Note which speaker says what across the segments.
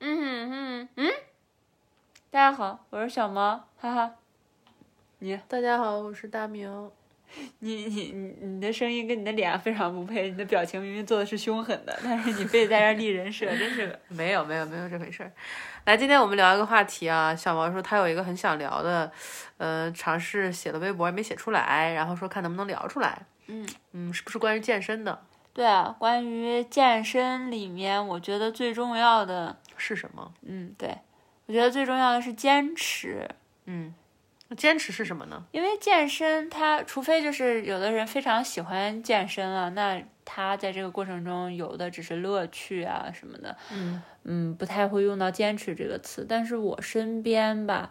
Speaker 1: 嗯大家好，我是小毛，哈哈。你
Speaker 2: 大家好，我是大明。
Speaker 1: 你你你你的声音跟你的脸非常不配，你的表情明明做的是凶狠的，但是你非得在这儿立人设，真是的。
Speaker 2: 没有没有没有这回事儿。来，今天我们聊一个话题啊。小毛说他有一个很想聊的，呃，尝试写了微博也没写出来，然后说看能不能聊出来。
Speaker 1: 嗯
Speaker 2: 嗯，是不是关于健身的？
Speaker 1: 对啊，关于健身里面，我觉得最重要的，
Speaker 2: 是什么？
Speaker 1: 嗯，对，我觉得最重要的是坚持，
Speaker 2: 嗯，坚持是什么呢？
Speaker 1: 因为健身它，除非就是有的人非常喜欢健身了、那他在这个过程中有的只是乐趣啊什么的，
Speaker 2: 嗯
Speaker 1: 嗯，不太会用到“坚持”这个词。但是我身边吧，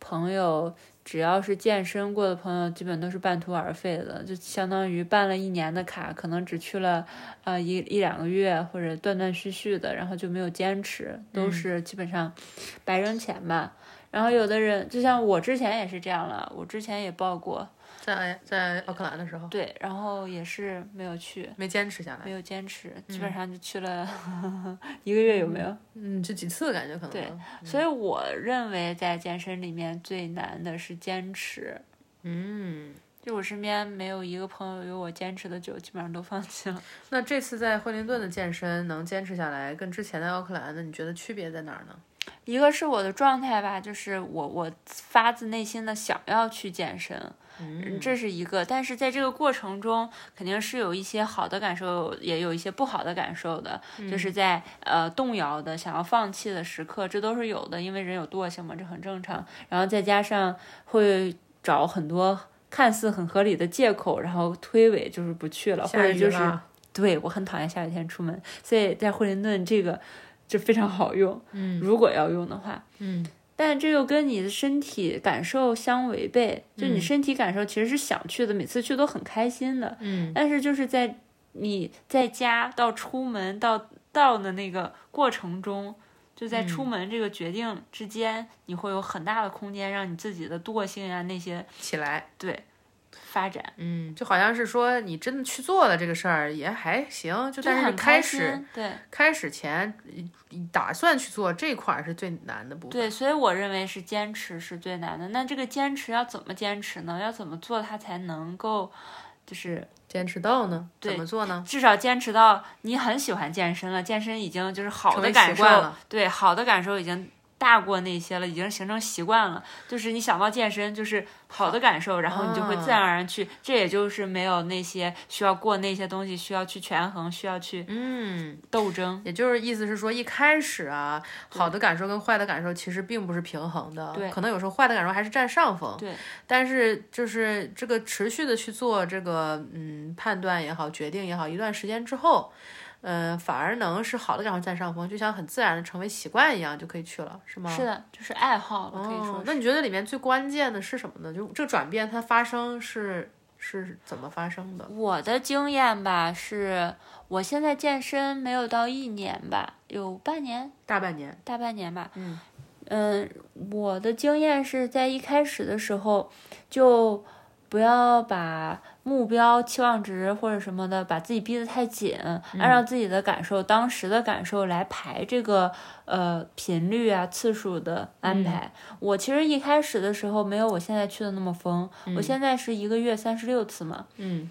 Speaker 1: 朋友只要是健身过的朋友，基本都是半途而废的，就相当于办了一年的卡，可能只去了呃一一两个月，或者断断续续的，然后就没有坚持，都是基本上白扔钱吧。然后有的人，就像我之前也是这样了，我之前也报过，
Speaker 2: 在在奥克兰的时候
Speaker 1: 对，然后也是没有去，
Speaker 2: 没坚持下
Speaker 1: 没
Speaker 2: 来，
Speaker 1: 有坚持，基本上就去了 一个月，有没有？
Speaker 2: 嗯，就几次感觉可能嗯
Speaker 1: 对所以我认为在健身里面最难的是坚持。
Speaker 2: 嗯，
Speaker 1: 就我身边没有一个朋友有我坚持的久，基本上都放弃了。
Speaker 2: 那这次在惠灵顿的健身能坚持下来，跟之前的奥克兰的，你觉得区别在哪儿呢？
Speaker 1: 一个是我的状态吧，就是我我发自内心的想要去健身，
Speaker 2: 嗯，
Speaker 1: 这是一个。但是在这个过程中，肯定是有一些好的感受，也有一些不好的感受的，
Speaker 2: 嗯
Speaker 1: 就是在呃动摇的、想要放弃的时刻，这都是有的，因为人有惰性嘛，这很正常。然后再加上会找很多。看似很合理的借口，然后推诿就是不去了，或
Speaker 2: 下
Speaker 1: 者
Speaker 2: 一
Speaker 1: 就
Speaker 2: 个
Speaker 1: 是
Speaker 2: 吧
Speaker 1: 对我很讨厌下雨天出门，所以在惠灵顿这个就非常好用。
Speaker 2: 嗯
Speaker 1: 如果要用的话，
Speaker 2: 嗯。
Speaker 1: 但这又跟你的身体感受相违背。就
Speaker 2: 嗯
Speaker 1: 你身体感受其实是想去的，每次去都很开心的。
Speaker 2: 嗯，
Speaker 1: 但是就是在你在家到出门到到的那个过程中，就
Speaker 2: 嗯
Speaker 1: 在出门这个决定之间，你会有很大的空间让你自己的惰性啊那些
Speaker 2: 起来。
Speaker 1: 对发展。
Speaker 2: 嗯，就好像是说你真的去做了这个事儿也还行，就
Speaker 1: 就
Speaker 2: 但是
Speaker 1: 很
Speaker 2: 开
Speaker 1: 开
Speaker 2: 始
Speaker 1: 心，对
Speaker 2: 开始前你你打算去做这块儿是最难的部分。
Speaker 1: 对，所以我认为是坚持是最难的。那这个坚持要怎么坚持呢？要怎么做它才能够，就是
Speaker 2: 坚持到呢？
Speaker 1: 对
Speaker 2: 怎么做呢？
Speaker 1: 至少坚持到你很喜欢健身了，健身已经就是好
Speaker 2: 成
Speaker 1: 的
Speaker 2: 为
Speaker 1: 感
Speaker 2: 习
Speaker 1: 受
Speaker 2: 惯了，
Speaker 1: 对好的感受已经大过那些了，已经形成习惯了。就是你想到健身，就是好的感受，然后你就会自然而然去。这也就是没有那些需要过那些东西，需要去权衡，需要去
Speaker 2: 嗯，
Speaker 1: 斗争。
Speaker 2: 也就是意思是说，一开始啊，好的感受跟坏的感受其实并不是平衡的，
Speaker 1: 对
Speaker 2: 可能有时候坏的感受还是占上风。
Speaker 1: 对，
Speaker 2: 但是就是这个持续的去做这个，嗯，判断也好，决定也好，一段时间之后，呃，反而能是好的感受占上风，就像很自然的成为习惯一样，就可以去了，是吗？
Speaker 1: 是的，就是爱好了，可以
Speaker 2: 哦
Speaker 1: 说。
Speaker 2: 那你觉得里面最关键的是什么呢？就这个转变它发生是是怎么发生的？
Speaker 1: 我的经验吧，是我现在健身没有到一年吧，有半年，
Speaker 2: 大半年，
Speaker 1: 大半年吧。
Speaker 2: 嗯
Speaker 1: 嗯，我的经验是在一开始的时候，就不要把目标、期望值或者什么的把自己逼得太紧，按照自己的感受、当时的感受来排这个呃频率啊、次数的安排。我其实一开始的时候没有我现在去的那么疯，我现在是一个月三十六次嘛。
Speaker 2: 嗯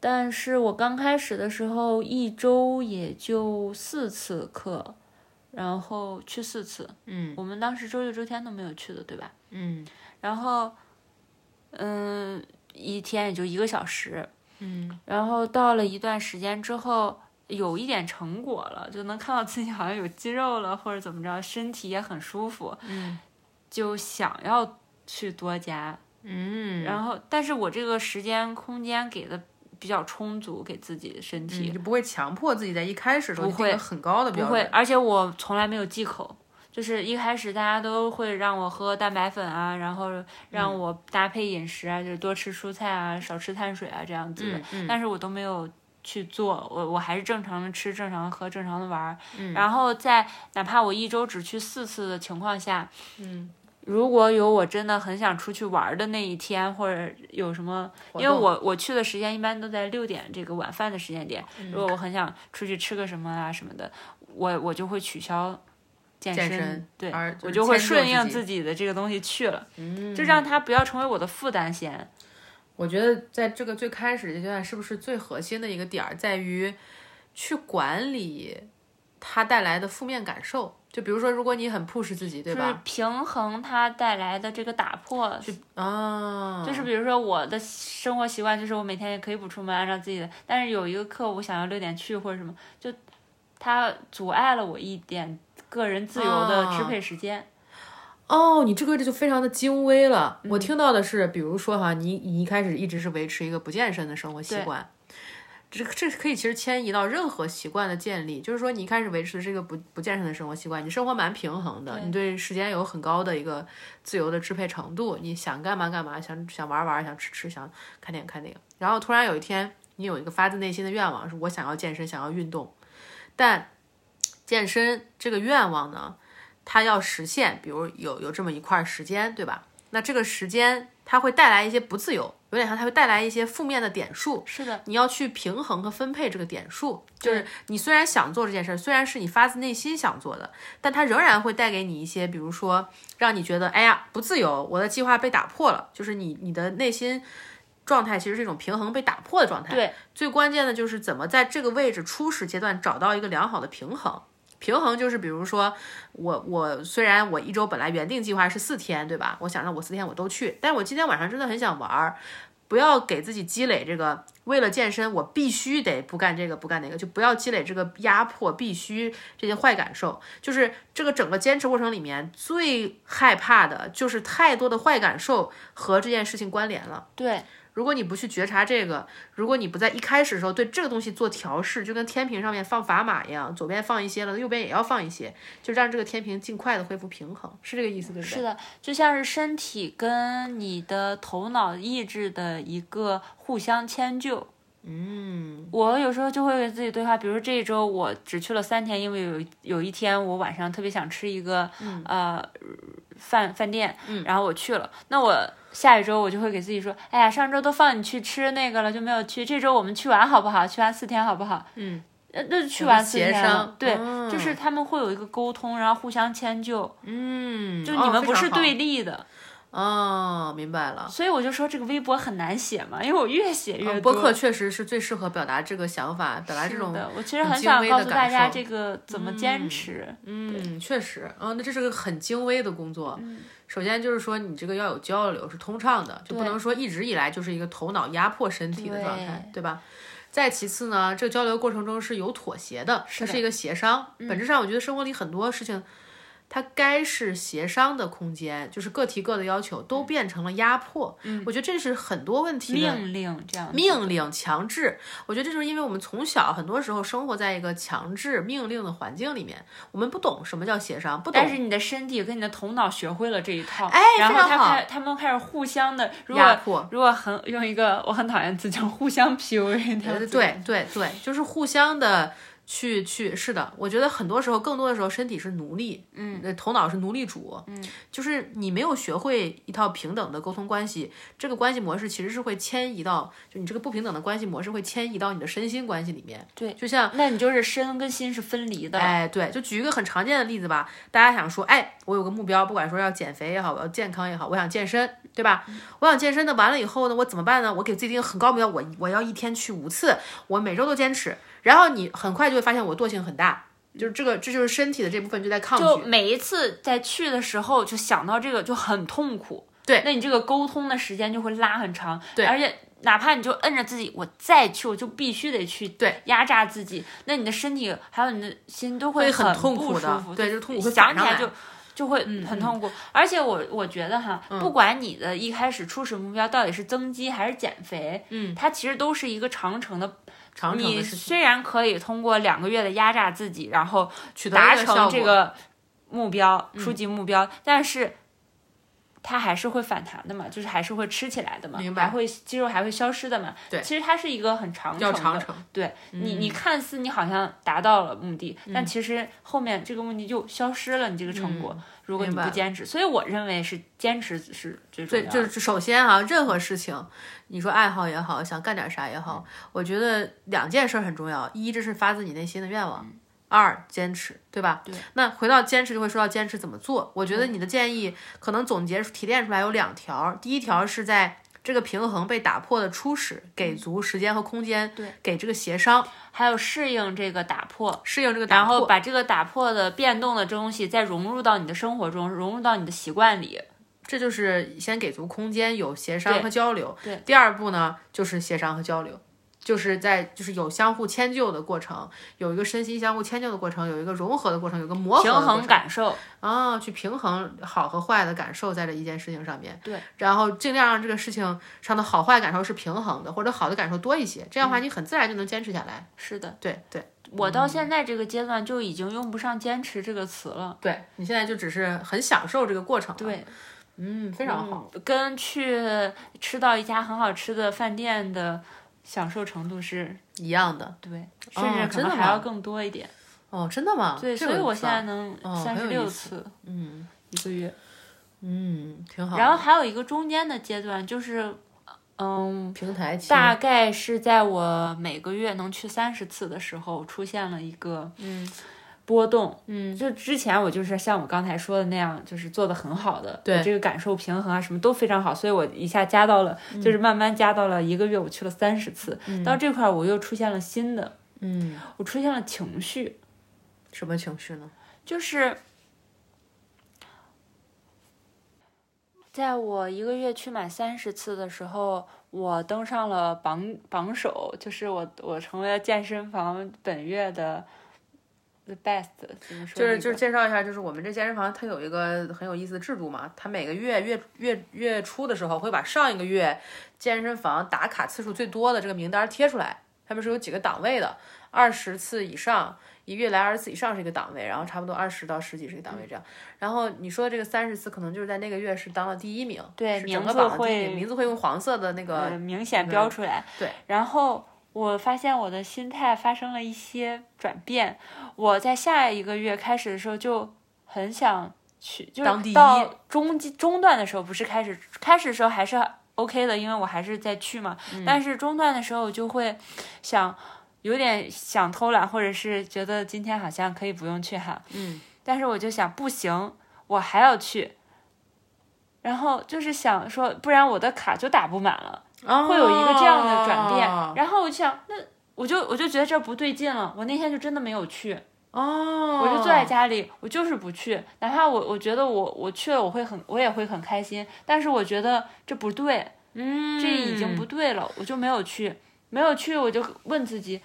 Speaker 1: 但是我刚开始的时候，一周也就四次课，然后去四次。
Speaker 2: 嗯
Speaker 1: 我们当时周六周天都没有去的，对吧？
Speaker 2: 嗯
Speaker 1: 然后，嗯，一天也就一个小时。
Speaker 2: 嗯
Speaker 1: 然后到了一段时间之后，有一点成果了，就能看到自己好像有肌肉了，或者怎么着，身体也很舒服，
Speaker 2: 嗯
Speaker 1: 就想要去多加。
Speaker 2: 嗯，
Speaker 1: 然后，但是我这个时间空间给的比较充足，给自己的身体
Speaker 2: 你嗯就不会强迫自己在一开始的时候
Speaker 1: 不会
Speaker 2: 定一个很高的标
Speaker 1: 不会
Speaker 2: 准，，
Speaker 1: 而且我从来没有忌口。就是一开始大家都会让我喝蛋白粉啊，然后让
Speaker 2: 嗯
Speaker 1: 我搭配饮食啊，就是多吃蔬菜啊，少吃碳水啊这样子的。
Speaker 2: 嗯
Speaker 1: 但是我都没有去做，我我还是正常的吃、正常的喝、正常的玩儿。
Speaker 2: 嗯
Speaker 1: 然后在哪怕我一周只去四次的情况下，
Speaker 2: 嗯，
Speaker 1: 如果有我真的很想出去玩儿的那一天，或者有什么，
Speaker 2: 活
Speaker 1: 因为
Speaker 2: 动
Speaker 1: 我我去的时间一般都在六点这个晚饭的
Speaker 2: 嗯
Speaker 1: 时间点，如果我很想出去吃个什么啊什么的，我我就会取消健
Speaker 2: 健
Speaker 1: 身，
Speaker 2: 身
Speaker 1: 对
Speaker 2: 而就
Speaker 1: 我
Speaker 2: 是
Speaker 1: 就会
Speaker 2: 迁就
Speaker 1: 顺
Speaker 2: 自
Speaker 1: 应
Speaker 2: 己
Speaker 1: 自己的这个东西去了，
Speaker 2: 嗯，
Speaker 1: 就让它不要成为我的负担先。
Speaker 2: 我觉得在这个最开始的阶段，是不是最核心的一个点儿在于去管理它带来的负面感受？就比如说，如果你很 push 自己，对
Speaker 1: 就是
Speaker 2: 吧？
Speaker 1: 平衡它带来的这个打破。
Speaker 2: 啊，
Speaker 1: 就是比如说我的生活习惯，就是我每天也可以不出门，按照自己的。但是有一个课我想要六点去或者什么，就它阻碍了我一点个人自由的支配时间。
Speaker 2: 哦，你这个就非常的精微了。
Speaker 1: 嗯
Speaker 2: 我听到的是，比如说哈，你你一开始一直是维持一个不健身的生活习惯，这个这可以其实迁移到任何习惯的建立。就是说，你一开始维持这个不不健身的生活习惯，你生活蛮平衡的，你对时间有很高的一个自由的支配程度，你想干嘛干嘛，想想玩玩，想吃吃，想看电影看电影。然后突然有一天，你有一个发自内心的愿望，是我想要健身，想要运动，但健身这个愿望呢？它要实现，比如有有这么一块儿时间，对吧？那这个时间它会带来一些不自由，有点像它会带来一些负面的点数。
Speaker 1: 是的，
Speaker 2: 你要去平衡和分配这个点数，就
Speaker 1: 对
Speaker 2: 是你虽然想做这件事儿，虽然是你发自内心想做的，但它仍然会带给你一些，比如说让你觉得哎呀不自由，我的计划被打破了，就是你你的内心状态其实是一种平衡被打破的状态。
Speaker 1: 对，
Speaker 2: 最关键的就是怎么在这个位置初始阶段找到一个良好的平衡。平衡就是，比如说我我虽然我一周本来原定计划是四天，对吧？我想让我四天我都去，但是我今天晚上真的很想玩儿，不要给自己积累这个为了健身我必须得不干这个不干那个，就不要积累这个压迫必须这些坏感受。就是这个整个坚持过程里面最害怕的就是太多的坏感受和这件事情关联了。
Speaker 1: 对，
Speaker 2: 如果你不去觉察这个，如果你不在一开始的时候对这个东西做调试，就跟天平上面放砝码一样，左边放一些了，右边也要放一些，就让这个天平尽快的恢复平衡，是这个意思对不对？
Speaker 1: 是的，就像是身体跟你的头脑意志的一个互相迁就。嗯，我有时候就会给自己对话，比如这一周我只去了三天，因为有一有一天我晚上特别想吃一个、
Speaker 2: 嗯
Speaker 1: 呃饭饭店，然后我去了。那我下一周我就会给自己说，哎呀，上周都放你去吃那个了，就没有去。这周我们去玩好不好？去玩四天好不好？
Speaker 2: 嗯，
Speaker 1: 呃，那就去
Speaker 2: 我们
Speaker 1: 玩四
Speaker 2: 协
Speaker 1: 天
Speaker 2: 商
Speaker 1: 了。对，
Speaker 2: 嗯
Speaker 1: 就是他们会有一个沟通，然后互相迁就。
Speaker 2: 嗯，就
Speaker 1: 就你们不是对立的，
Speaker 2: 哦，明白了。
Speaker 1: 所以我就说这个微博很难写嘛，因为我越写越多。
Speaker 2: 嗯播客确实是最适合表达这个想法，表达这
Speaker 1: 是
Speaker 2: 种
Speaker 1: 的，我其实
Speaker 2: 很
Speaker 1: 很
Speaker 2: 精
Speaker 1: 想
Speaker 2: 微
Speaker 1: 告
Speaker 2: 的
Speaker 1: 诉大
Speaker 2: 感
Speaker 1: 家
Speaker 2: 受
Speaker 1: 这个怎么坚持。
Speaker 2: 嗯，确实，啊、那这是个很精微的工作。
Speaker 1: 嗯
Speaker 2: 首先就是说，你这个要有交流是通畅的，就不
Speaker 1: 对
Speaker 2: 能说一直以来就是一个头脑压迫身体的状态，
Speaker 1: 对
Speaker 2: 对吧？再其次呢，这个交流过程中是有妥协的，
Speaker 1: 是嗯
Speaker 2: 它是一个协商。本质上，我觉得生活里很多事情，它该是协商的空间，就是各提各的要求，
Speaker 1: 嗯
Speaker 2: 都变成了压迫。我觉得这是很多问题的
Speaker 1: 命令这样子，
Speaker 2: 嗯命令、强制，我觉得这就是因为我们从小很多时候生活在一个强制、命令的环境里面，我们不懂什么叫协商，不懂
Speaker 1: 但是你的身体跟你的头脑学会了这一套，
Speaker 2: 哎
Speaker 1: 然
Speaker 2: 非
Speaker 1: 后
Speaker 2: 常
Speaker 1: 他
Speaker 2: 好
Speaker 1: 开他们开始互相的，如
Speaker 2: 压
Speaker 1: 果
Speaker 2: 迫。
Speaker 1: 如果很用一个我很讨厌字叫互相 PUA，他
Speaker 2: 呃
Speaker 1: 们
Speaker 2: 对对对，就是互相的去去，是的，我觉得很多时候，更多的时候，身体是奴隶，嗯，头脑是奴隶主，嗯，就是你没有学会一套平等的沟通关系，这个关系模式其实是会迁移到，就你这个不平等的关系模式会迁移到你的身心关系里面，
Speaker 1: 对
Speaker 2: 就像。
Speaker 1: 那你就是身跟心是分离的，
Speaker 2: 哎，对，就举一个很常见的例子吧，大家想说，哎，我有个目标，不管说要减肥也好，我要健康也好，我想健身，对吧？我想健身呢，完了以后呢，我怎么办呢？我给自己定很高目标，我我要一天去五次，我每周都坚持，然后你很快就会发现我惰性很大，就是这个，这就是身体的这部分就在抗
Speaker 1: 就
Speaker 2: 拒。
Speaker 1: 每一次在去的时候就想到这个就很痛苦。
Speaker 2: 对，
Speaker 1: 那你这个沟通的时间就会拉很长。
Speaker 2: 对
Speaker 1: 而且哪怕你就摁着自己，我再去，我就必须得去，
Speaker 2: 对，
Speaker 1: 压榨自己，那你的身体还有你的心都
Speaker 2: 会很
Speaker 1: 很
Speaker 2: 痛
Speaker 1: 不
Speaker 2: 苦的
Speaker 1: 舒服
Speaker 2: 对这痛苦会
Speaker 1: 想
Speaker 2: 反
Speaker 1: 起
Speaker 2: 上
Speaker 1: 来
Speaker 2: 来嗯
Speaker 1: 就。就会很痛苦，而且我我觉得哈，不管你的一开始初始目标到底是增肌还是减肥，嗯，它其实都是一个长程的
Speaker 2: 长程
Speaker 1: 你
Speaker 2: 的事情，
Speaker 1: 虽然可以通过两个月的压榨自己，然后
Speaker 2: 取得
Speaker 1: 达
Speaker 2: 一个
Speaker 1: 成
Speaker 2: 效
Speaker 1: 这
Speaker 2: 果嗯
Speaker 1: 个目标、初级目标，但是它还是会反弹的嘛，就是还是会吃起来的嘛，
Speaker 2: 明白
Speaker 1: 还会肌肉还会消失的嘛。
Speaker 2: 对
Speaker 1: 其实它是一个很长
Speaker 2: 要
Speaker 1: 程的。
Speaker 2: 长程，嗯
Speaker 1: 对你，你看似你好像达到了目的，但其实后面这个目的就消失了，你这个成果，如果你
Speaker 2: 嗯明白
Speaker 1: 不
Speaker 2: 了
Speaker 1: 坚持，所以我认为是坚持是最重要
Speaker 2: 对，
Speaker 1: 的。
Speaker 2: 就是首先啊，任何事情，你说爱好也好，
Speaker 1: 嗯
Speaker 2: 想干点啥也好，我觉得两件事儿很重要：一，这是发自你内心的愿望；二坚持，对吧？
Speaker 1: 嗯对。嗯
Speaker 2: 那回到坚持，就会说到坚持怎么做。我觉得你的建议可能总结提炼出来有两条，第一条是在这个平衡被打破的初始，给足时间和空间，
Speaker 1: 嗯对，
Speaker 2: 给这个协商，
Speaker 1: 还有适应这个打破，
Speaker 2: 适应这个
Speaker 1: 然
Speaker 2: 打
Speaker 1: 后
Speaker 2: 破。
Speaker 1: 把这个打破的变动的东西再融入到你的生活中，融入到你的习惯里。
Speaker 2: 这就是先给足空间，有协商和交流。
Speaker 1: 对
Speaker 2: 第二步呢，就是协商和交流，就是在就是有相互迁就的过程，有一个身心相互迁就的过程，有一个融合的过程，有一个磨合的
Speaker 1: 平
Speaker 2: 过程
Speaker 1: 衡感受，
Speaker 2: 啊，去平衡好和坏的感受在这一件事情上面。
Speaker 1: 对，
Speaker 2: 然后尽量让这个事情上的好坏感受是平衡的，或者好的感受多一些，这样的话
Speaker 1: 嗯
Speaker 2: 你很自然就能坚持下来。
Speaker 1: 是的，
Speaker 2: 对对
Speaker 1: 我到
Speaker 2: 嗯
Speaker 1: 现在这个阶段就已经用不上“坚持”这个词了。
Speaker 2: 对，你现在就只是很享受这个过程了。
Speaker 1: 对，
Speaker 2: 嗯，非常好。
Speaker 1: 嗯跟去吃到一家很好吃的饭店的享受程度是
Speaker 2: 一样的
Speaker 1: 对，甚
Speaker 2: 哦
Speaker 1: 至可
Speaker 2: 真
Speaker 1: 能
Speaker 2: 的
Speaker 1: 还要
Speaker 2: 吗
Speaker 1: 更多一点。
Speaker 2: 哦，真的吗？
Speaker 1: 对，
Speaker 2: 这
Speaker 1: 所以
Speaker 2: 个不
Speaker 1: 我
Speaker 2: 知
Speaker 1: 现
Speaker 2: 道
Speaker 1: 在能
Speaker 2: 哦
Speaker 1: 三
Speaker 2: 很
Speaker 1: 十
Speaker 2: 有意
Speaker 1: 六
Speaker 2: 思
Speaker 1: 次
Speaker 2: 嗯
Speaker 1: 一个月。
Speaker 2: 嗯挺好的。
Speaker 1: 然后还有一个中间的阶段，就是嗯，
Speaker 2: 平台期
Speaker 1: 大概是在我每个月能去三十次的时候，出现了一个
Speaker 2: 嗯
Speaker 1: 波动。
Speaker 2: 嗯
Speaker 1: 就之前我就是像我刚才说的那样，就是做的很好的，
Speaker 2: 对
Speaker 1: 我这个感受平衡啊什么都非常好，所以我一下加到了，就是慢慢加到了一个月，我去了三十次。到这块儿我又出现了新的，
Speaker 2: 嗯
Speaker 1: 我出现了情绪，
Speaker 2: 什么情绪呢？
Speaker 1: 就是。在我一个月去买三十次的时候，我登上了榜榜首，就是我我成为了健身房本月的 the best，怎么说
Speaker 2: 就
Speaker 1: 那
Speaker 2: 是
Speaker 1: 个
Speaker 2: 就是介绍一下，就是我们这健身房它有一个很有意思的制度嘛，它每个月月月月初的时候会把上一个月健身房打卡次数最多的这个名单贴出来，他们是有几个档位的，二十次以上，一个月来二十次以上是一个档位，然后差不多二十到十几是一个档位这样。然后你说的这个三十次，可能就是在那个月是当了第一名，
Speaker 1: 对
Speaker 2: 是整
Speaker 1: 名
Speaker 2: 个
Speaker 1: 字
Speaker 2: 榜的第一
Speaker 1: 会
Speaker 2: 名，名字会用黄色的那个
Speaker 1: 呃明显标出来。
Speaker 2: 嗯对，
Speaker 1: 然后我发现我的心态发生了一些转变，我在下一个月开始的时候就很想去，就
Speaker 2: 当第
Speaker 1: 是
Speaker 2: 一
Speaker 1: 到中间中段的时候，不是开始开始的时候还是 OK 的，因为我还是在去嘛，
Speaker 2: 嗯
Speaker 1: 但是中段的时候我就会想。有点想偷懒，或者是觉得今天好像可以不用去哈，
Speaker 2: 嗯
Speaker 1: 但是我就想不行，我还要去，然后就是想说，不然我的卡就打不满了。会有一个这样的转变。
Speaker 2: 哦
Speaker 1: 然后我就想，那我就我就觉得这不对劲了。我那天就真的没有去，
Speaker 2: 哦，
Speaker 1: 我就坐在家里，我就是不去。哪怕我我觉得我我去了，我会很我也会很开心，但是我觉得这不对，
Speaker 2: 嗯，
Speaker 1: 这已经不对了，我就没有去，没有去，我就问自己，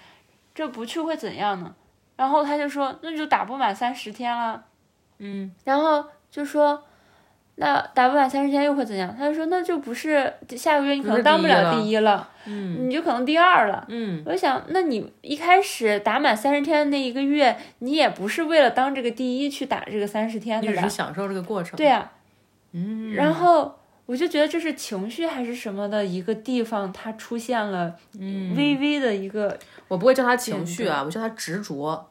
Speaker 1: 这不去会怎样呢？然后他就说，那就打不满三十天了。
Speaker 2: 嗯
Speaker 1: 然后就说。那打不满三十天又会怎样？他就说那就不是下个月你可
Speaker 2: 不
Speaker 1: 能
Speaker 2: 是
Speaker 1: 当不
Speaker 2: 第一
Speaker 1: 了
Speaker 2: 了
Speaker 1: 第一了，
Speaker 2: 嗯
Speaker 1: 你就可能第二了。
Speaker 2: 嗯
Speaker 1: 我就想，那你一开始打满三十天的那一个月，你也不是为了当这个第一去打这个三十天
Speaker 2: 你
Speaker 1: 的
Speaker 2: 只
Speaker 1: 吧
Speaker 2: 是？享受这个过
Speaker 1: 嗯
Speaker 2: 程，
Speaker 1: 对啊，
Speaker 2: 嗯，
Speaker 1: 然后我就觉得这是情绪还是什么的一个地方，它出现了微微的一个，
Speaker 2: 我不会叫它情绪啊，我叫它执着。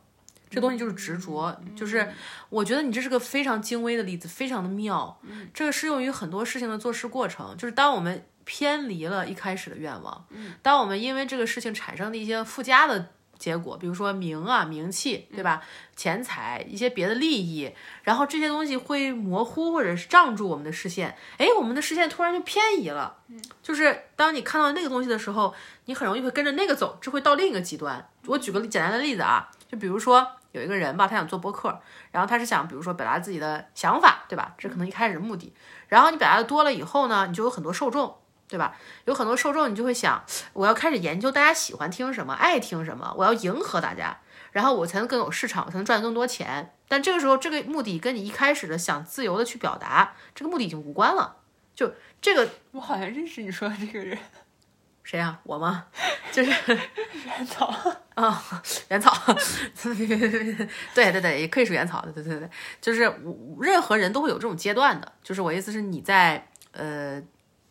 Speaker 2: 这东西就是执着，就是我觉得你这是个非常精微的例子，非常的妙。这个适用于很多事情的做事过程，就是当我们偏离了一开始的愿望，当我们因为这个事情产生的一些附加的结果，比如说名啊、名气，对吧？钱财、一些别的利益，然后这些东西会模糊或者是障住我们的视线。哎，我们的视线突然就偏移了。就是当你看到那个东西的时候，你很容易会跟着那个走，这会到另一个极端。我举个简单的例子啊，就比如说有一个人吧，他想做播客，然后他是想比如说表达自己的想法，对吧？这可能一开始的目的。然后你表达的多了以后呢，你就有很多受众。对吧？有很多受众，你就会想，我要开始研究大家喜欢听什么，爱听什么，我要迎合大家，然后我才能更有市场，我才能赚更多钱。但这个时候，这个目的跟你一开始的想自由的去表达这个目的已经无关了。就这个
Speaker 1: 我好像认识你说的这个人，
Speaker 2: 谁呀、我吗？就是
Speaker 1: 袁导。
Speaker 2: 啊，原草，对对对，也可以是原草，对对对对，就是我任何人都会有这种阶段的，就是我意思是你在呃，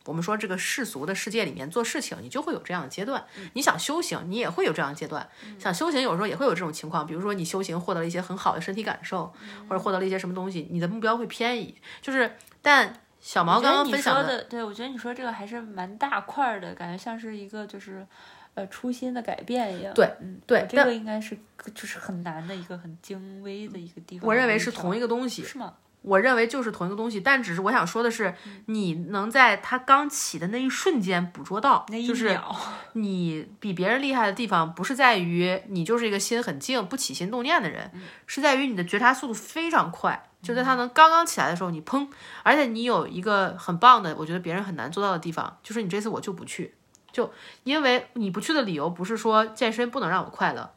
Speaker 2: 我们说这个世俗的世界里面做事情，你就会有这样的阶段。
Speaker 1: 嗯
Speaker 2: 你想修行，你也会有这样的阶段。想修行，有时候也会有这种情况，比如说你修行获得了一些很好的身体感受，
Speaker 1: 嗯
Speaker 2: 或者获得了一些什么东西，你的目标会偏移。就是，但小毛
Speaker 1: 我觉得
Speaker 2: 刚刚
Speaker 1: 你
Speaker 2: 分享
Speaker 1: 说的，对我觉得你说这个还是蛮大块儿的，感觉像是一个就是。呃初心的改变一样。
Speaker 2: 对
Speaker 1: 嗯，
Speaker 2: 对
Speaker 1: 我这个应该是就是很难的一个很精微的一个地方。
Speaker 2: 我认为是
Speaker 1: 一
Speaker 2: 同一个东西，
Speaker 1: 是吗？
Speaker 2: 我认为就是同一个东西，但只是我想说的是，
Speaker 1: 嗯
Speaker 2: 你能在它刚起的那一瞬间捕捉到，
Speaker 1: 那一
Speaker 2: 哦就是
Speaker 1: 秒，
Speaker 2: 你比别人厉害的地方，不是在于你就是一个心很静、不起心动念的
Speaker 1: 嗯
Speaker 2: 人，是在于你的觉察速度非常快。就在他能刚刚起来的时候，你砰！而且你有一个很棒的，我觉得别人很难做到的地方，就是你这次我就不去，就因为你不去的理由不是说健身不能让我快乐，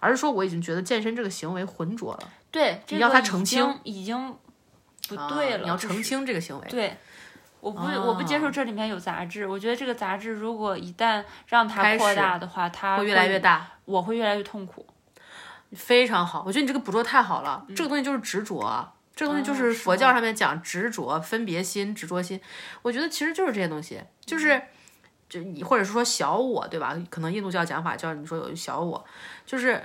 Speaker 2: 而是说我已经觉得健身这个行为浑浊了，
Speaker 1: 对，这
Speaker 2: 你要
Speaker 1: 个
Speaker 2: 他
Speaker 1: 已
Speaker 2: 澄
Speaker 1: 经
Speaker 2: 清
Speaker 1: 已经不
Speaker 2: 啊
Speaker 1: 对了。
Speaker 2: 你要
Speaker 1: 就
Speaker 2: 澄
Speaker 1: 是
Speaker 2: 清这个行为。
Speaker 1: 对，我不、我不
Speaker 2: 啊
Speaker 1: 接受这里面有杂质。我觉得这个杂质如果一旦让它
Speaker 2: 开
Speaker 1: 扩
Speaker 2: 始
Speaker 1: 大的话，它
Speaker 2: 会越来越，大，
Speaker 1: 我会越来越痛苦。
Speaker 2: 非常好。我觉得你这个捕捉太好了，这个东西就是执着啊，这个东西就
Speaker 1: 嗯哦
Speaker 2: 是
Speaker 1: 是
Speaker 2: 佛
Speaker 1: 吗
Speaker 2: 教上面讲执着、分别心、执着心。我觉得其实就是这些东西，
Speaker 1: 嗯
Speaker 2: 就是就你或者是说小我，对吧？可能印度教讲法叫你说有小我，就是。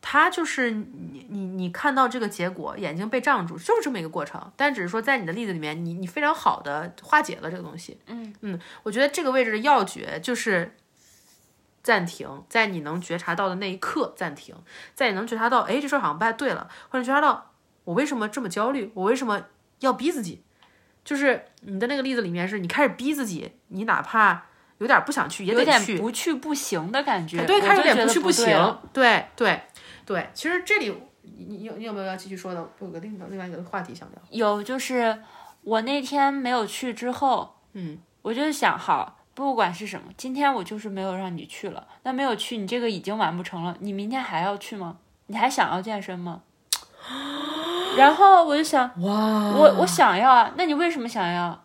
Speaker 2: 它就是你你你看到这个结果，眼睛被障住，就是这么一个过程。但只是说，在你的例子里面，你你非常好的化解了这个东西。
Speaker 1: 嗯
Speaker 2: 嗯，我觉得这个位置的要诀就是暂停，在你能觉察到的那一刻暂停，在你能觉察到，哎，这事儿好像不太对了，或者觉察到我为什么这么焦虑，我为什么要逼自己，就是你的那个例子里面是你开始逼自己，你哪怕有点不想去也
Speaker 1: 有
Speaker 2: 得
Speaker 1: 点
Speaker 2: 去，
Speaker 1: 不去不行的感觉。
Speaker 2: 对，
Speaker 1: 我
Speaker 2: 开始有
Speaker 1: 就
Speaker 2: 点
Speaker 1: 觉
Speaker 2: 不
Speaker 1: 得
Speaker 2: 去
Speaker 1: 不对了
Speaker 2: 行，对对对，其实这里你你有你有没有要继续说的？我有个另一个另外一个话题想聊，
Speaker 1: 有就是我那天没有去之后，
Speaker 2: 嗯，
Speaker 1: 我就想好，不管是什么，今天我就是没有让你去了，那没有去，你这个已经完不成了，你明天还要去吗？你还想要健身吗？ 然后我就想，
Speaker 2: 哇
Speaker 1: 我我想要啊，那你为什么想要？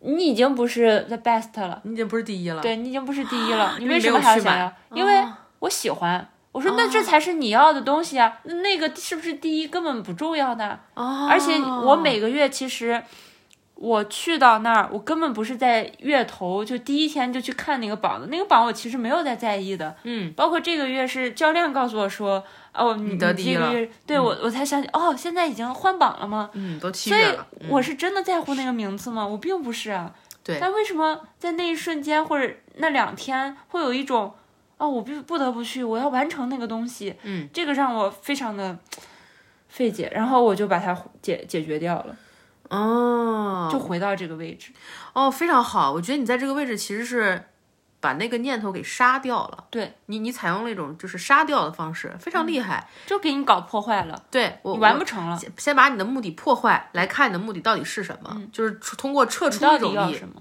Speaker 1: 你已经不是 the best 了，
Speaker 2: 你已经不是第一了，
Speaker 1: 对你已经不是第一 了，你
Speaker 2: 因为
Speaker 1: 为
Speaker 2: 没
Speaker 1: 什么
Speaker 2: 有
Speaker 1: 还要
Speaker 2: 去
Speaker 1: 想
Speaker 2: 买哦
Speaker 1: 要？因为我喜欢。我说那这才是你要的东西啊，那个是不是第一根本不重要的啊。
Speaker 2: 哦，
Speaker 1: 而且我每个月其实我去到那儿，我根本不是在月头就第一天就去看那个榜的，那个榜我其实没有在在意的。
Speaker 2: 嗯，
Speaker 1: 包括这个月是教练告诉我说，哦，你
Speaker 2: 你得第一
Speaker 1: 这个
Speaker 2: 了
Speaker 1: 月对我我才想起，哦，现在已经换榜了吗？
Speaker 2: 嗯都七
Speaker 1: 所
Speaker 2: 月
Speaker 1: 以
Speaker 2: 了，嗯
Speaker 1: 我是真的在乎那个名次吗？我并不是啊。
Speaker 2: 对
Speaker 1: 但为什么在那一瞬间或者那两天会有一种，哦，我必不得不去，我要完成那个东西，
Speaker 2: 嗯，
Speaker 1: 这个让我非常的费解，然后我就把它解解决掉了，
Speaker 2: 哦，
Speaker 1: 就回到这个位置。
Speaker 2: 哦，非常好，我觉得你在这个位置其实是把那个念头给杀掉了。
Speaker 1: 对
Speaker 2: 你，你采用了一种就是杀掉的方式，非常厉害。
Speaker 1: 就给你搞破坏了，
Speaker 2: 对我，
Speaker 1: 嗯你完
Speaker 2: 我
Speaker 1: 不成了，
Speaker 2: 先先把你的目的破坏，来看你的目的到底是什么，就是出通过撤
Speaker 1: 嗯你
Speaker 2: 出
Speaker 1: 到
Speaker 2: 一
Speaker 1: 底
Speaker 2: 种
Speaker 1: 要
Speaker 2: 力。
Speaker 1: 什么？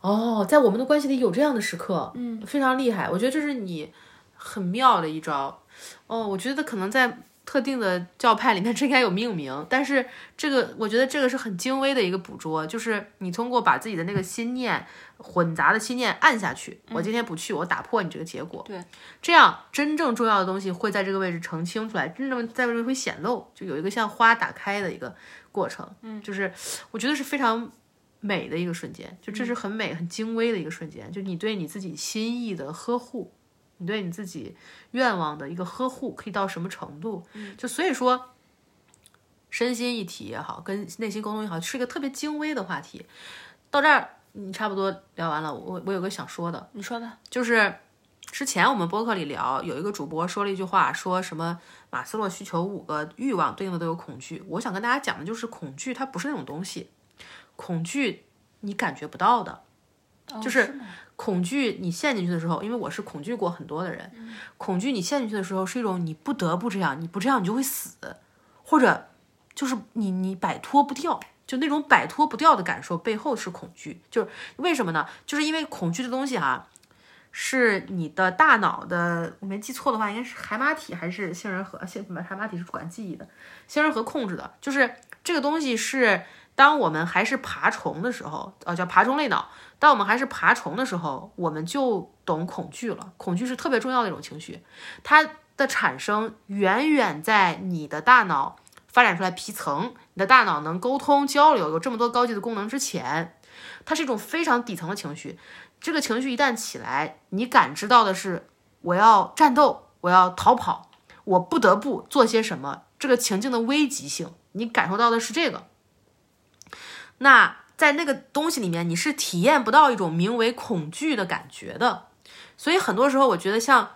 Speaker 2: 哦，在我们的关系里有这样的时刻，
Speaker 1: 嗯，
Speaker 2: 非常厉害。我觉得这是你很妙的一招。哦，我觉得可能在特定的教派里面， 这应该有命名，但是这个我觉得这个是很精微的一个捕捉，就是你通过把自己的那个心念混杂的心念按下去，我今天不去，我打破你这个结果。
Speaker 1: 对，
Speaker 2: 这样真正重要的东西会在这个位置澄清出来，真正在位置会显露，就有一个像花打开的一个过程。嗯，就是我觉得是非常美的一个瞬间，就这是很美、很精微的一个瞬间，就你对你自己心意的呵护，你对你自己愿望的一个呵护，可以到什么程度？就所以说，身心一体也好，跟内心沟通也好，是一个特别精微的话题。到这儿，你差不多聊完了，我我有个想说的，
Speaker 1: 你说吧。
Speaker 2: 就是之前我们播客里聊，有一个主播说了一句话，说什么马斯洛需求五个欲望对应的都有恐惧。我想跟大家讲的就是，恐惧它不是那种东西，恐惧你感觉不到的。
Speaker 1: 哦
Speaker 2: 就是
Speaker 1: 吗
Speaker 2: 恐惧你陷进去的时候，因为我是恐惧过很多的人，恐惧你陷进去的时候是一种你不得不这样，你不这样你就会死，或者就是你你摆脱不掉，就那种摆脱不掉的感受背后是恐惧，就是为什么呢？就是因为恐惧这东西啊，是你的大脑的，我没记错的话，应该是海马体还是杏仁核？杏不是海马体是管记忆的，杏仁核控制的，就是这个东西是。当我们还是爬虫的时候，呃，叫爬虫类脑。当我们还是爬虫的时候，我们就懂恐惧了。恐惧是特别重要的一种情绪，它的产生远远在你的大脑发展出来皮层，你的大脑能沟通交流，有这么多高级的功能之前，它是一种非常底层的情绪。这个情绪一旦起来，你感知到的是我要战斗，我要逃跑，我不得不做些什么，这个情境的危急性，你感受到的是这个。那在那个东西里面，你是体验不到一种名为恐惧的感觉的。所以很多时候，我觉得像，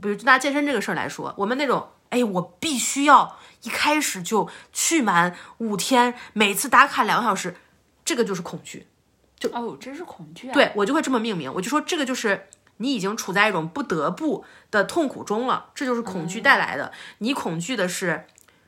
Speaker 2: 比如就拿健身这个事儿来说，我们那种，哎，我必须要一开始就去满五天，每次打卡两个小时，这个就是恐惧。
Speaker 1: 就哦，真是恐惧啊！
Speaker 2: 对我就会这么命名，我就说这个就是你已经处在一种不得不的痛苦中了，这就是恐惧带来的。你恐惧的是，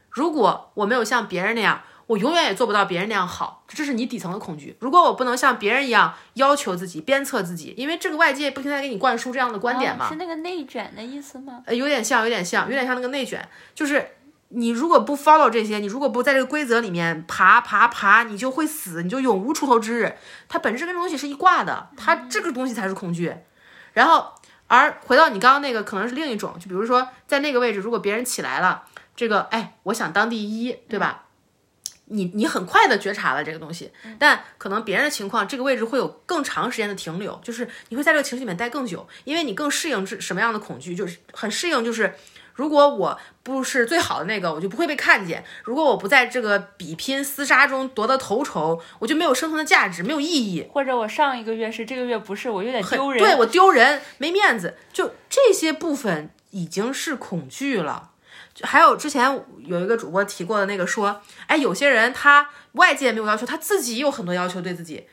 Speaker 2: 如果我没有像别人那样，我永远也做不到别人那样好，这是你底层的恐惧。如果我不能像别人一样要求自己、鞭策自己，因为这个外界不停在给你灌输这样的观点
Speaker 1: 哦
Speaker 2: 嘛，
Speaker 1: 是那个内卷的意思吗？
Speaker 2: 呃，有点像，有点像，有点像那个内卷，就是你如果不 follow 这些，你如果不在这个规则里面爬爬爬，你就会死，你就永无出头之日。它本质跟东西是一挂的，它这个东西才是恐惧。然后，而回到你刚刚那个，可能是另一种，就比如说在那个位置，如果别人起来了，这个哎，我想当第一，对吧？你你很快的觉察了这个东西，但可能别人的情况，这个位置会有更长时间的停留，就是你会在这个情绪里面待更久，因为你更适应是什么样的恐惧，就是很适应，就是如果我不是最好的那个，我就不会被看见；如果我不在这个比拼厮杀中夺得头筹，我就没有生存的价值，没有意义，
Speaker 1: 或者我上一个月是，这个月不是，我有点丢人。
Speaker 2: 对我丢人没面子，就这些部分已经是恐惧了。就还有之前有一个主播提过的那个说，哎，有些人他外界没有要求，他自己有很多要求对自己，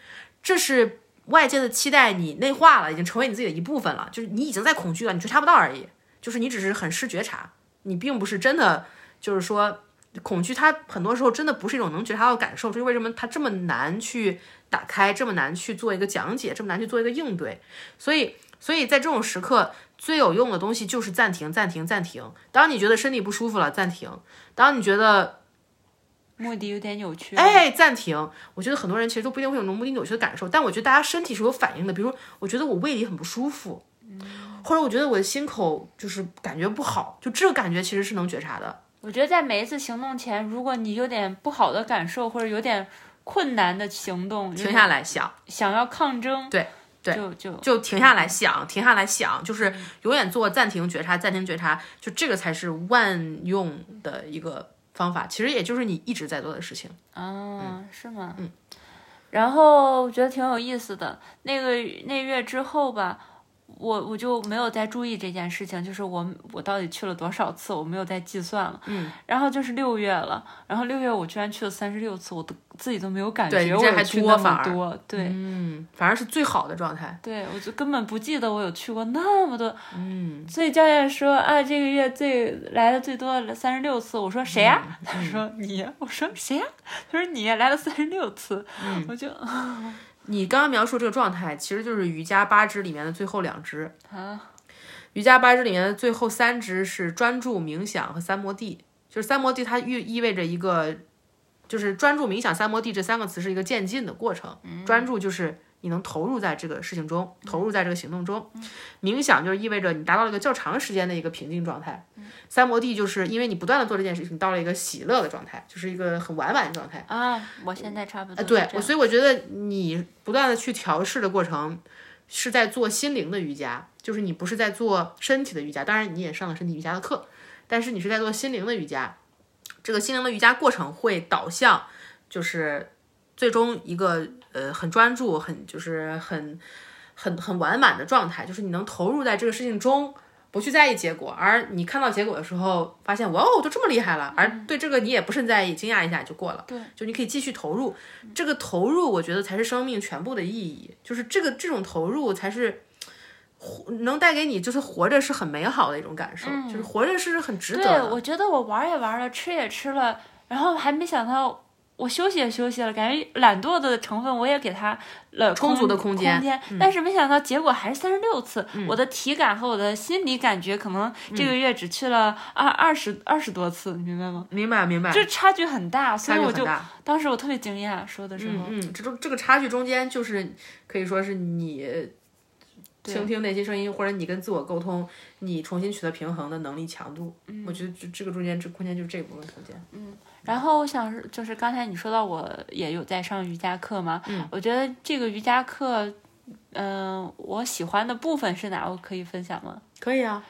Speaker 2: 这是外界的期待你内化了，已经成为你自己的一部分了，就是你已经在恐惧了，你觉察不到而已，就是你只是很失觉察，你并不是真的就是说。恐惧，它很多时候真的不是一种能觉察到的感受，这是为什么它这么难去打开，这么难去做一个讲解，这么难去做一个应对。所以，所以在这种时刻，最有用的东西就是暂停，暂停，暂停。当你觉得身体不舒服了，暂停；当你觉得
Speaker 1: 目的有点扭曲。，
Speaker 2: 哎，暂停。我觉得很多人其实都不一定会有那种目的扭曲的感受，但我觉得大家身体是有反应的。比如，我觉得我胃里很不舒服，或者我觉得我的心口就是感觉不好，就这个感觉其实是能觉察的。
Speaker 1: 我觉得在每一次行动前，如果你有点不好的感受或者有点困难的行动，
Speaker 2: 停下来想，
Speaker 1: 想要抗争，
Speaker 2: 对对
Speaker 1: 就就
Speaker 2: 就停下来想，停下来想，就是永远做暂停觉察，暂停觉察，就这个才是万用的一个方法。其实也就是你一直在做的事情。
Speaker 1: 啊，是吗？嗯。然后我觉得挺有意思的，那个那月之后吧，我我就没有再注意这件事情，就是我我到底去了多少次，我没有再计算了。
Speaker 2: 嗯，
Speaker 1: 然后就是六月了，然后六月我居然去了三十六次，我都自己都没有感
Speaker 2: 对
Speaker 1: 觉
Speaker 2: 你
Speaker 1: 我
Speaker 2: 这还
Speaker 1: 有去
Speaker 2: 多
Speaker 1: 那
Speaker 2: 反
Speaker 1: 么
Speaker 2: 而
Speaker 1: 多，对。
Speaker 2: 嗯，反而是最好的状态。
Speaker 1: 对，我就根本不记得我有去过那么多，
Speaker 2: 嗯，
Speaker 1: 所以教练说啊，这个月最来的最多三十六次。我说谁呀、他说你。我说谁呀、他说你来了三十六次。我就
Speaker 2: 你刚刚描述这个状态，其实就是瑜伽八支里面的最后两支。
Speaker 1: 啊，
Speaker 2: 瑜伽八支里面的最后三支是专注、冥想和三摩地。就是三摩地，它意意味着一个，就是专注、冥想、三摩地这三个词是一个渐进的过程。专注就是你能投入在这个事情中，投入在这个行动中；冥想就是意味着你达到了一个较长时间的一个平静状态；三摩地就是因为你不断的做这件事情，到了一个喜乐的状态，就是一个很完满的状态。
Speaker 1: 啊，我现在差不多
Speaker 2: 啊，
Speaker 1: 是
Speaker 2: 对，
Speaker 1: 这
Speaker 2: 我
Speaker 1: 样
Speaker 2: 所以我觉得你不断的去调试的过程，是在做心灵的瑜伽，就是你不是在做身体的瑜伽，当然你也上了身体瑜伽的课，但是你是在做心灵的瑜伽。这个心灵的瑜伽过程会导向，就是最终一个呃很专注、很就是很很很完满的状态，就是你能投入在这个事情中。不去在意结果，而你看到结果的时候，发现哇哦，都这么厉害了，而对这个你也不甚在意，惊讶一下就过了。
Speaker 1: 对，
Speaker 2: 就你可以继续投入，这个投入我觉得才是生命全部的意义，就是这个这种投入才是活能带给你，就是活着是很美好的一种感受，就是活着是很值得
Speaker 1: 对，
Speaker 2: 的。
Speaker 1: 我觉得我玩也玩了，吃也吃了，然后还没想到我休息也休息了，感觉懒惰的成分我也给它了
Speaker 2: 充足的空
Speaker 1: 空
Speaker 2: 间嗯
Speaker 1: 但是没想到结果还是三十六次、我的体感和我的心理感觉可能
Speaker 2: 嗯
Speaker 1: 这个月只去了二二十二十多次，你明白吗？
Speaker 2: 明白明白，
Speaker 1: 这差距很大，所
Speaker 2: 嗯
Speaker 1: 以
Speaker 2: 差距
Speaker 1: 我
Speaker 2: 很
Speaker 1: 就
Speaker 2: 大。
Speaker 1: 当时我特别惊讶，说的时候，
Speaker 2: 嗯嗯，这中这个差距中间就是可以说是你
Speaker 1: 对
Speaker 2: 倾听内心声音，或者你跟自我沟通，你重新取得平衡的能力强度。
Speaker 1: 嗯
Speaker 2: 我觉得这这个中间这空间就是这部分空间。
Speaker 1: 然后我想是，就是刚才你说到我也有在上瑜伽课嘛，嗯，我觉得这个瑜伽课，嗯、我喜欢的部分是哪？我可以分享吗？
Speaker 2: 可以啊，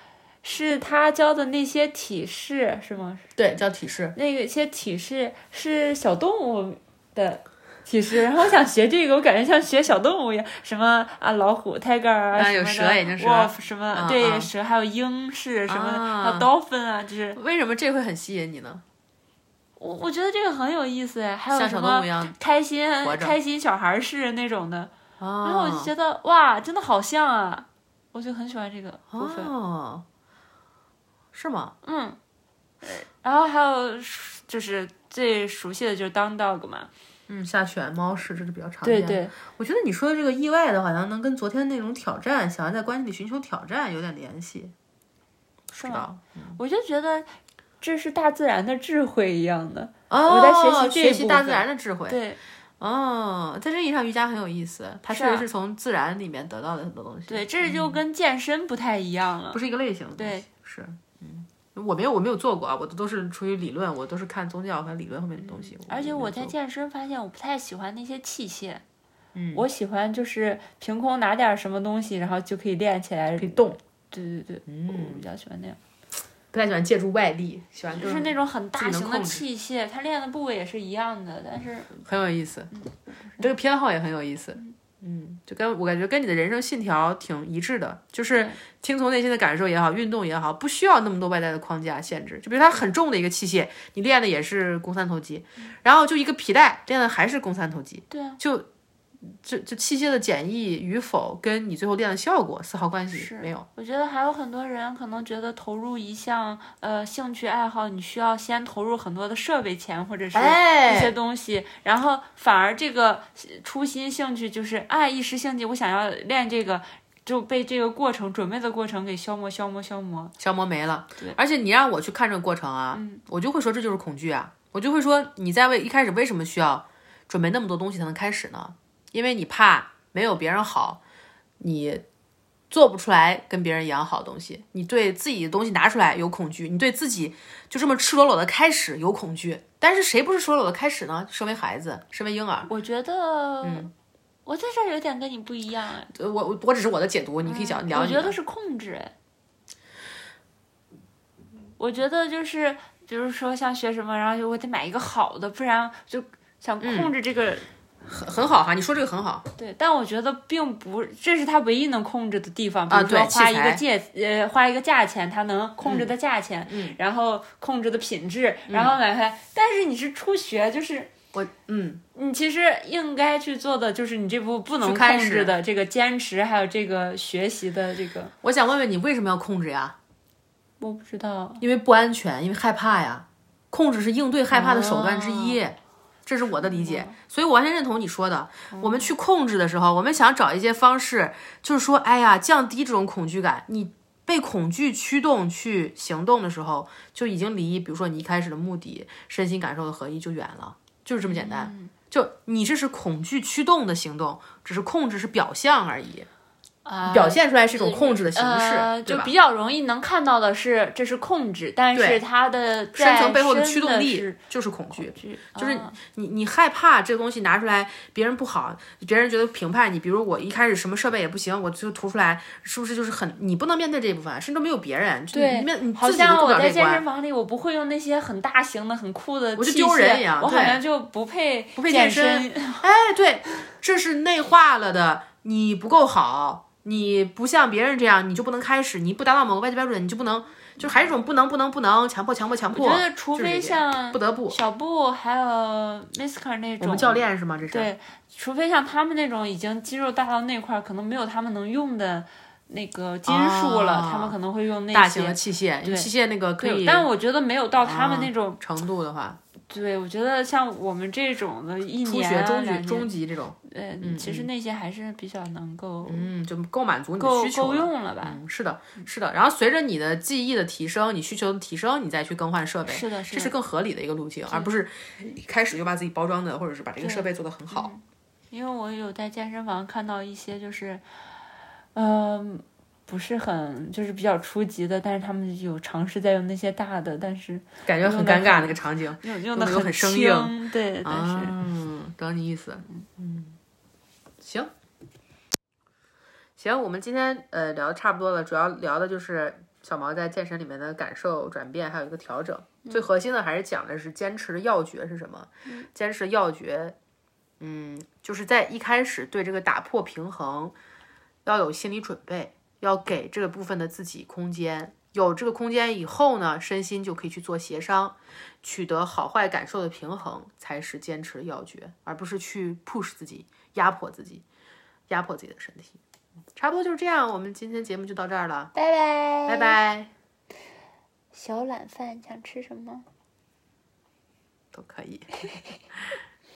Speaker 1: 是他教的那些体式是吗？
Speaker 2: 对，叫体式。
Speaker 1: 那个些体式是小动物的其实，然后我想学这个，我感觉像学小动物一样，什么啊老虎 tiger 啊，
Speaker 2: 啊
Speaker 1: 什么
Speaker 2: 有
Speaker 1: 的
Speaker 2: 蛇也就是蛇
Speaker 1: wolf 什么
Speaker 2: 嗯
Speaker 1: 对
Speaker 2: 嗯
Speaker 1: 蛇，还有鹰是什么的，还有
Speaker 2: 啊
Speaker 1: dolphin 啊，就是
Speaker 2: 为什么这会很吸引你呢？
Speaker 1: 我我觉得这个很有意思哎，还有
Speaker 2: 像
Speaker 1: 什
Speaker 2: 小动物
Speaker 1: 么
Speaker 2: 一样
Speaker 1: 开心
Speaker 2: 活着
Speaker 1: 开心小孩式那种的，
Speaker 2: 啊？
Speaker 1: 然后我就觉得哇，真的好像啊，我就很喜欢这个部分。
Speaker 2: 哦，是吗？
Speaker 1: 嗯，然后还有就是最熟悉的就是 Down Dog 嘛，
Speaker 2: 嗯，下犬猫式这是比较常见
Speaker 1: 对
Speaker 2: 的。
Speaker 1: 对，
Speaker 2: 我觉得你说的这个意外的，好像能跟昨天那种挑战，想要在关系里寻求挑战有点联系，
Speaker 1: 是
Speaker 2: 知
Speaker 1: 吗？
Speaker 2: 道？
Speaker 1: 我就觉得这是大自然的智慧一样的，
Speaker 2: 哦，
Speaker 1: 我在学习这一
Speaker 2: 学习大
Speaker 1: 部
Speaker 2: 自
Speaker 1: 分
Speaker 2: 然的智慧。
Speaker 1: 对
Speaker 2: 哦，在这意义上，瑜伽很有意思，它
Speaker 1: 是
Speaker 2: 确
Speaker 1: 啊
Speaker 2: 实是从自然里面得到的很多东西。
Speaker 1: 对，这就跟健身不太一样了
Speaker 2: 不。是一个类型的东
Speaker 1: 对
Speaker 2: 西。是，嗯，我没有，我没有做过啊，我都都是出于理论，我都是看宗教和理论后面的东西。
Speaker 1: 而且
Speaker 2: 没有
Speaker 1: 我
Speaker 2: 做
Speaker 1: 在
Speaker 2: 过
Speaker 1: 健身发现，我不太喜欢那些器械，
Speaker 2: 嗯，
Speaker 1: 我喜欢就是凭空拿点什么东西，然后就可以练起来，
Speaker 2: 可以动，嗯
Speaker 1: 对对对，我比较喜欢那样，
Speaker 2: 不太喜欢借助外力，喜欢
Speaker 1: 嗯就是那种很
Speaker 2: 自己
Speaker 1: 大
Speaker 2: 能
Speaker 1: 型的
Speaker 2: 控制
Speaker 1: 器械，它练的部位也是一样的，但是
Speaker 2: 很有意思，
Speaker 1: 嗯
Speaker 2: 这个偏好也很有意思。嗯，就跟我感觉跟你的人生信条挺一致的，就是
Speaker 1: 对
Speaker 2: 听从内心的感受也好，运动也好，不需要那么多外在的框架限制。就比如它很重的一个器械，你练的也是肱三头肌，然后就一个皮带练的还是肱三头肌，
Speaker 1: 嗯对啊，
Speaker 2: 就就就器械的简易与否跟你最后练的效果丝毫关系
Speaker 1: 是
Speaker 2: 没有。
Speaker 1: 我觉得还有很多人可能觉得投入一项呃兴趣爱好，你需要先投入很多的设备钱或者是
Speaker 2: 哎
Speaker 1: 一些东西，然后反而这个初心兴趣就是啊一时兴起，我想要练这个，就被这个过程准备的过程给消磨消磨消磨。
Speaker 2: 消磨没了
Speaker 1: 对。嗯
Speaker 2: 而且你让我去看这个过程啊，我就会说这就是恐惧啊，我就会说你在为一开始为什么需要准备那么多东西才能开始呢？因为你怕没有别人好，你做不出来跟别人一样好的东西，你对自己的东西拿出来有恐惧，你对自己就这么赤裸裸的开始有恐惧。但是谁不是赤裸裸的开始呢？身为孩子，身为婴儿，
Speaker 1: 我觉得，
Speaker 2: 嗯
Speaker 1: 我在这儿有点跟你不一样哎，
Speaker 2: 呃我我我只是我的解读，你可以讲
Speaker 1: 嗯
Speaker 2: 聊
Speaker 1: 我
Speaker 2: 你
Speaker 1: 觉
Speaker 2: 的。
Speaker 1: 得是控制哎，我觉得就是比如说像学什么，然后就我得买一个好的，不然就想
Speaker 2: 嗯
Speaker 1: 控制这个。
Speaker 2: 很很好哈，你说这个很好。
Speaker 1: 对，但我觉得并不，这是他唯一能控制的地方。比
Speaker 2: 啊
Speaker 1: 如说
Speaker 2: 对
Speaker 1: 花
Speaker 2: 器
Speaker 1: 一个
Speaker 2: 材嗯
Speaker 1: 价，呃，花一个价钱，他能控制的价钱，然后控制的品质，然后买回来。但是你是初学，就是
Speaker 2: 我嗯，
Speaker 1: 你其实应该去做的，就是你这步不能
Speaker 2: 去开
Speaker 1: 控制
Speaker 2: 始
Speaker 1: 的这个坚持，还有这个学习的这个，
Speaker 2: 我想问问你为什么要控制呀？
Speaker 1: 我不知道。
Speaker 2: 因为不安全，因为害怕呀。控制是应对害怕的手段之一，
Speaker 1: 哦
Speaker 2: 这是我的理
Speaker 1: 嗯
Speaker 2: 解。所以我完全认同你说的。
Speaker 1: 哦
Speaker 2: 我们去控制的时候，我们想找一些方式，就是说，哎呀，降低这种恐惧感。你被恐惧驱动去行动的时候，就已经离，比如说你一开始的目的、身心感受的合一就远了，就是这么简单。
Speaker 1: 嗯
Speaker 2: 就你这是恐惧驱动的行动，只是控制是表象而已，
Speaker 1: 啊，
Speaker 2: 表现出来是一种控制的形式，
Speaker 1: 呃，
Speaker 2: 对
Speaker 1: 就
Speaker 2: 吧？
Speaker 1: 比较容易能看到的是，这是控制，但是
Speaker 2: 对
Speaker 1: 它的
Speaker 2: 深
Speaker 1: 在
Speaker 2: 层背后
Speaker 1: 深的
Speaker 2: 驱动力
Speaker 1: 是啊
Speaker 2: 就是恐惧。
Speaker 1: 就是
Speaker 2: 你你害怕这个东西拿出来，别人不好，别人觉得评判你。比如我一开始什么设备也不行，我就图出来，是不是就是很你不能面对这一部分，啊甚至没有别人，就你
Speaker 1: 对
Speaker 2: 你面你
Speaker 1: 好
Speaker 2: 自己都
Speaker 1: 像
Speaker 2: 过不
Speaker 1: 我
Speaker 2: 了
Speaker 1: 在
Speaker 2: 这一
Speaker 1: 健身
Speaker 2: 关。
Speaker 1: 房里，我不会用那些很大型的、很酷的器械，我
Speaker 2: 就丢人一样
Speaker 1: 我好
Speaker 2: 对
Speaker 1: 像就不配不
Speaker 2: 配
Speaker 1: 健呃
Speaker 2: 健身哎，对，这是内化了的，你不够好，你不像别人这样，你就不能开始，你不达到某个外界标准，你就不能，就还是一种不能不能不能，强迫强迫强迫。
Speaker 1: 我觉得除
Speaker 2: 就是
Speaker 1: 非
Speaker 2: 这样
Speaker 1: 像
Speaker 2: 不得不，
Speaker 1: 小布还有 Misker 那
Speaker 2: 我
Speaker 1: 种
Speaker 2: 们教，练是吗？这是
Speaker 1: 对除非像他们那种已经肌肉大到那块儿，可能没有他们能用的那个金属了，
Speaker 2: 啊
Speaker 1: 他们可能会用那些
Speaker 2: 大型的器哦械，因为
Speaker 1: 对
Speaker 2: 器械那个可
Speaker 1: 对
Speaker 2: 以
Speaker 1: 但我觉得没有到他们那种，
Speaker 2: 程度的话，
Speaker 1: 对我觉得像我们这种的一
Speaker 2: 初
Speaker 1: 年啊
Speaker 2: 学、中
Speaker 1: 两
Speaker 2: 级、
Speaker 1: 年
Speaker 2: 中嗯级这种。
Speaker 1: 对，其实那些还是比较能够、
Speaker 2: 嗯，就够满足你的
Speaker 1: 够
Speaker 2: 需求
Speaker 1: 够
Speaker 2: 了。
Speaker 1: 用了吧？
Speaker 2: 嗯，是的，是的。然后随着你的记忆的提升，你需求的提升，你再去更换设备，
Speaker 1: 是的，
Speaker 2: 这
Speaker 1: 是
Speaker 2: 嗯是
Speaker 1: 的，
Speaker 2: 更合理的一个路径，而不是一开始就把自己包装的，或者是把这个设备做得很好。
Speaker 1: 嗯因为我有在健身房看到一些就是，嗯、不是很就是比较初级的，但是他们有尝试在用那些大的，但是
Speaker 2: 感觉
Speaker 1: 用
Speaker 2: 很
Speaker 1: 得
Speaker 2: 尴尬
Speaker 1: 很
Speaker 2: 那个场景。
Speaker 1: 用用的
Speaker 2: 用得很生
Speaker 1: 轻，
Speaker 2: 硬
Speaker 1: 对，但是、
Speaker 2: 嗯，懂你意思。嗯，行，行，我们今天呃聊的差不多了，主要聊的就是小毛在健身里面的感受、转变，还有一个调
Speaker 1: 嗯
Speaker 2: 整。最核心的还是讲的是坚持的要诀是什么？坚持的要诀嗯，就是在一开始对这个打破平衡要有心理准备，要给这个部分的自己空间。有这个空间以后呢，身心就可以去做协商，取得好坏感受的平衡，才是坚持的要诀，而不是去 push 自己、压迫自己、压迫自己的身体。差不多就是这样，我们今天节目就到这儿了，
Speaker 1: 拜拜，
Speaker 2: 拜。拜，
Speaker 1: 小懒饭想吃什么？
Speaker 2: 都可以。